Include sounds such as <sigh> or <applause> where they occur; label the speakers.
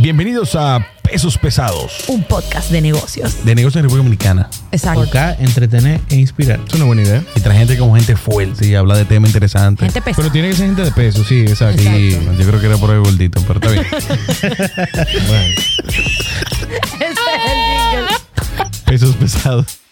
Speaker 1: Bienvenidos a Pesos Pesados.
Speaker 2: Un podcast de negocios. <laughs>
Speaker 1: De negocios de República Dominicana.
Speaker 2: Exacto.
Speaker 3: Tocar, entretener e inspirar.
Speaker 4: Es una buena idea.
Speaker 1: Y trae gente como gente fuerte y habla de temas interesantes.
Speaker 2: Gente pesada.
Speaker 4: Pero tiene que ser gente de peso, sí, exacto.
Speaker 2: Exacto.
Speaker 1: Sí, yo creo que era por el gordito, pero está
Speaker 2: <laughs>
Speaker 1: bien.
Speaker 4: Bueno,
Speaker 2: Ese Este es el jingle.
Speaker 4: pesos pesados.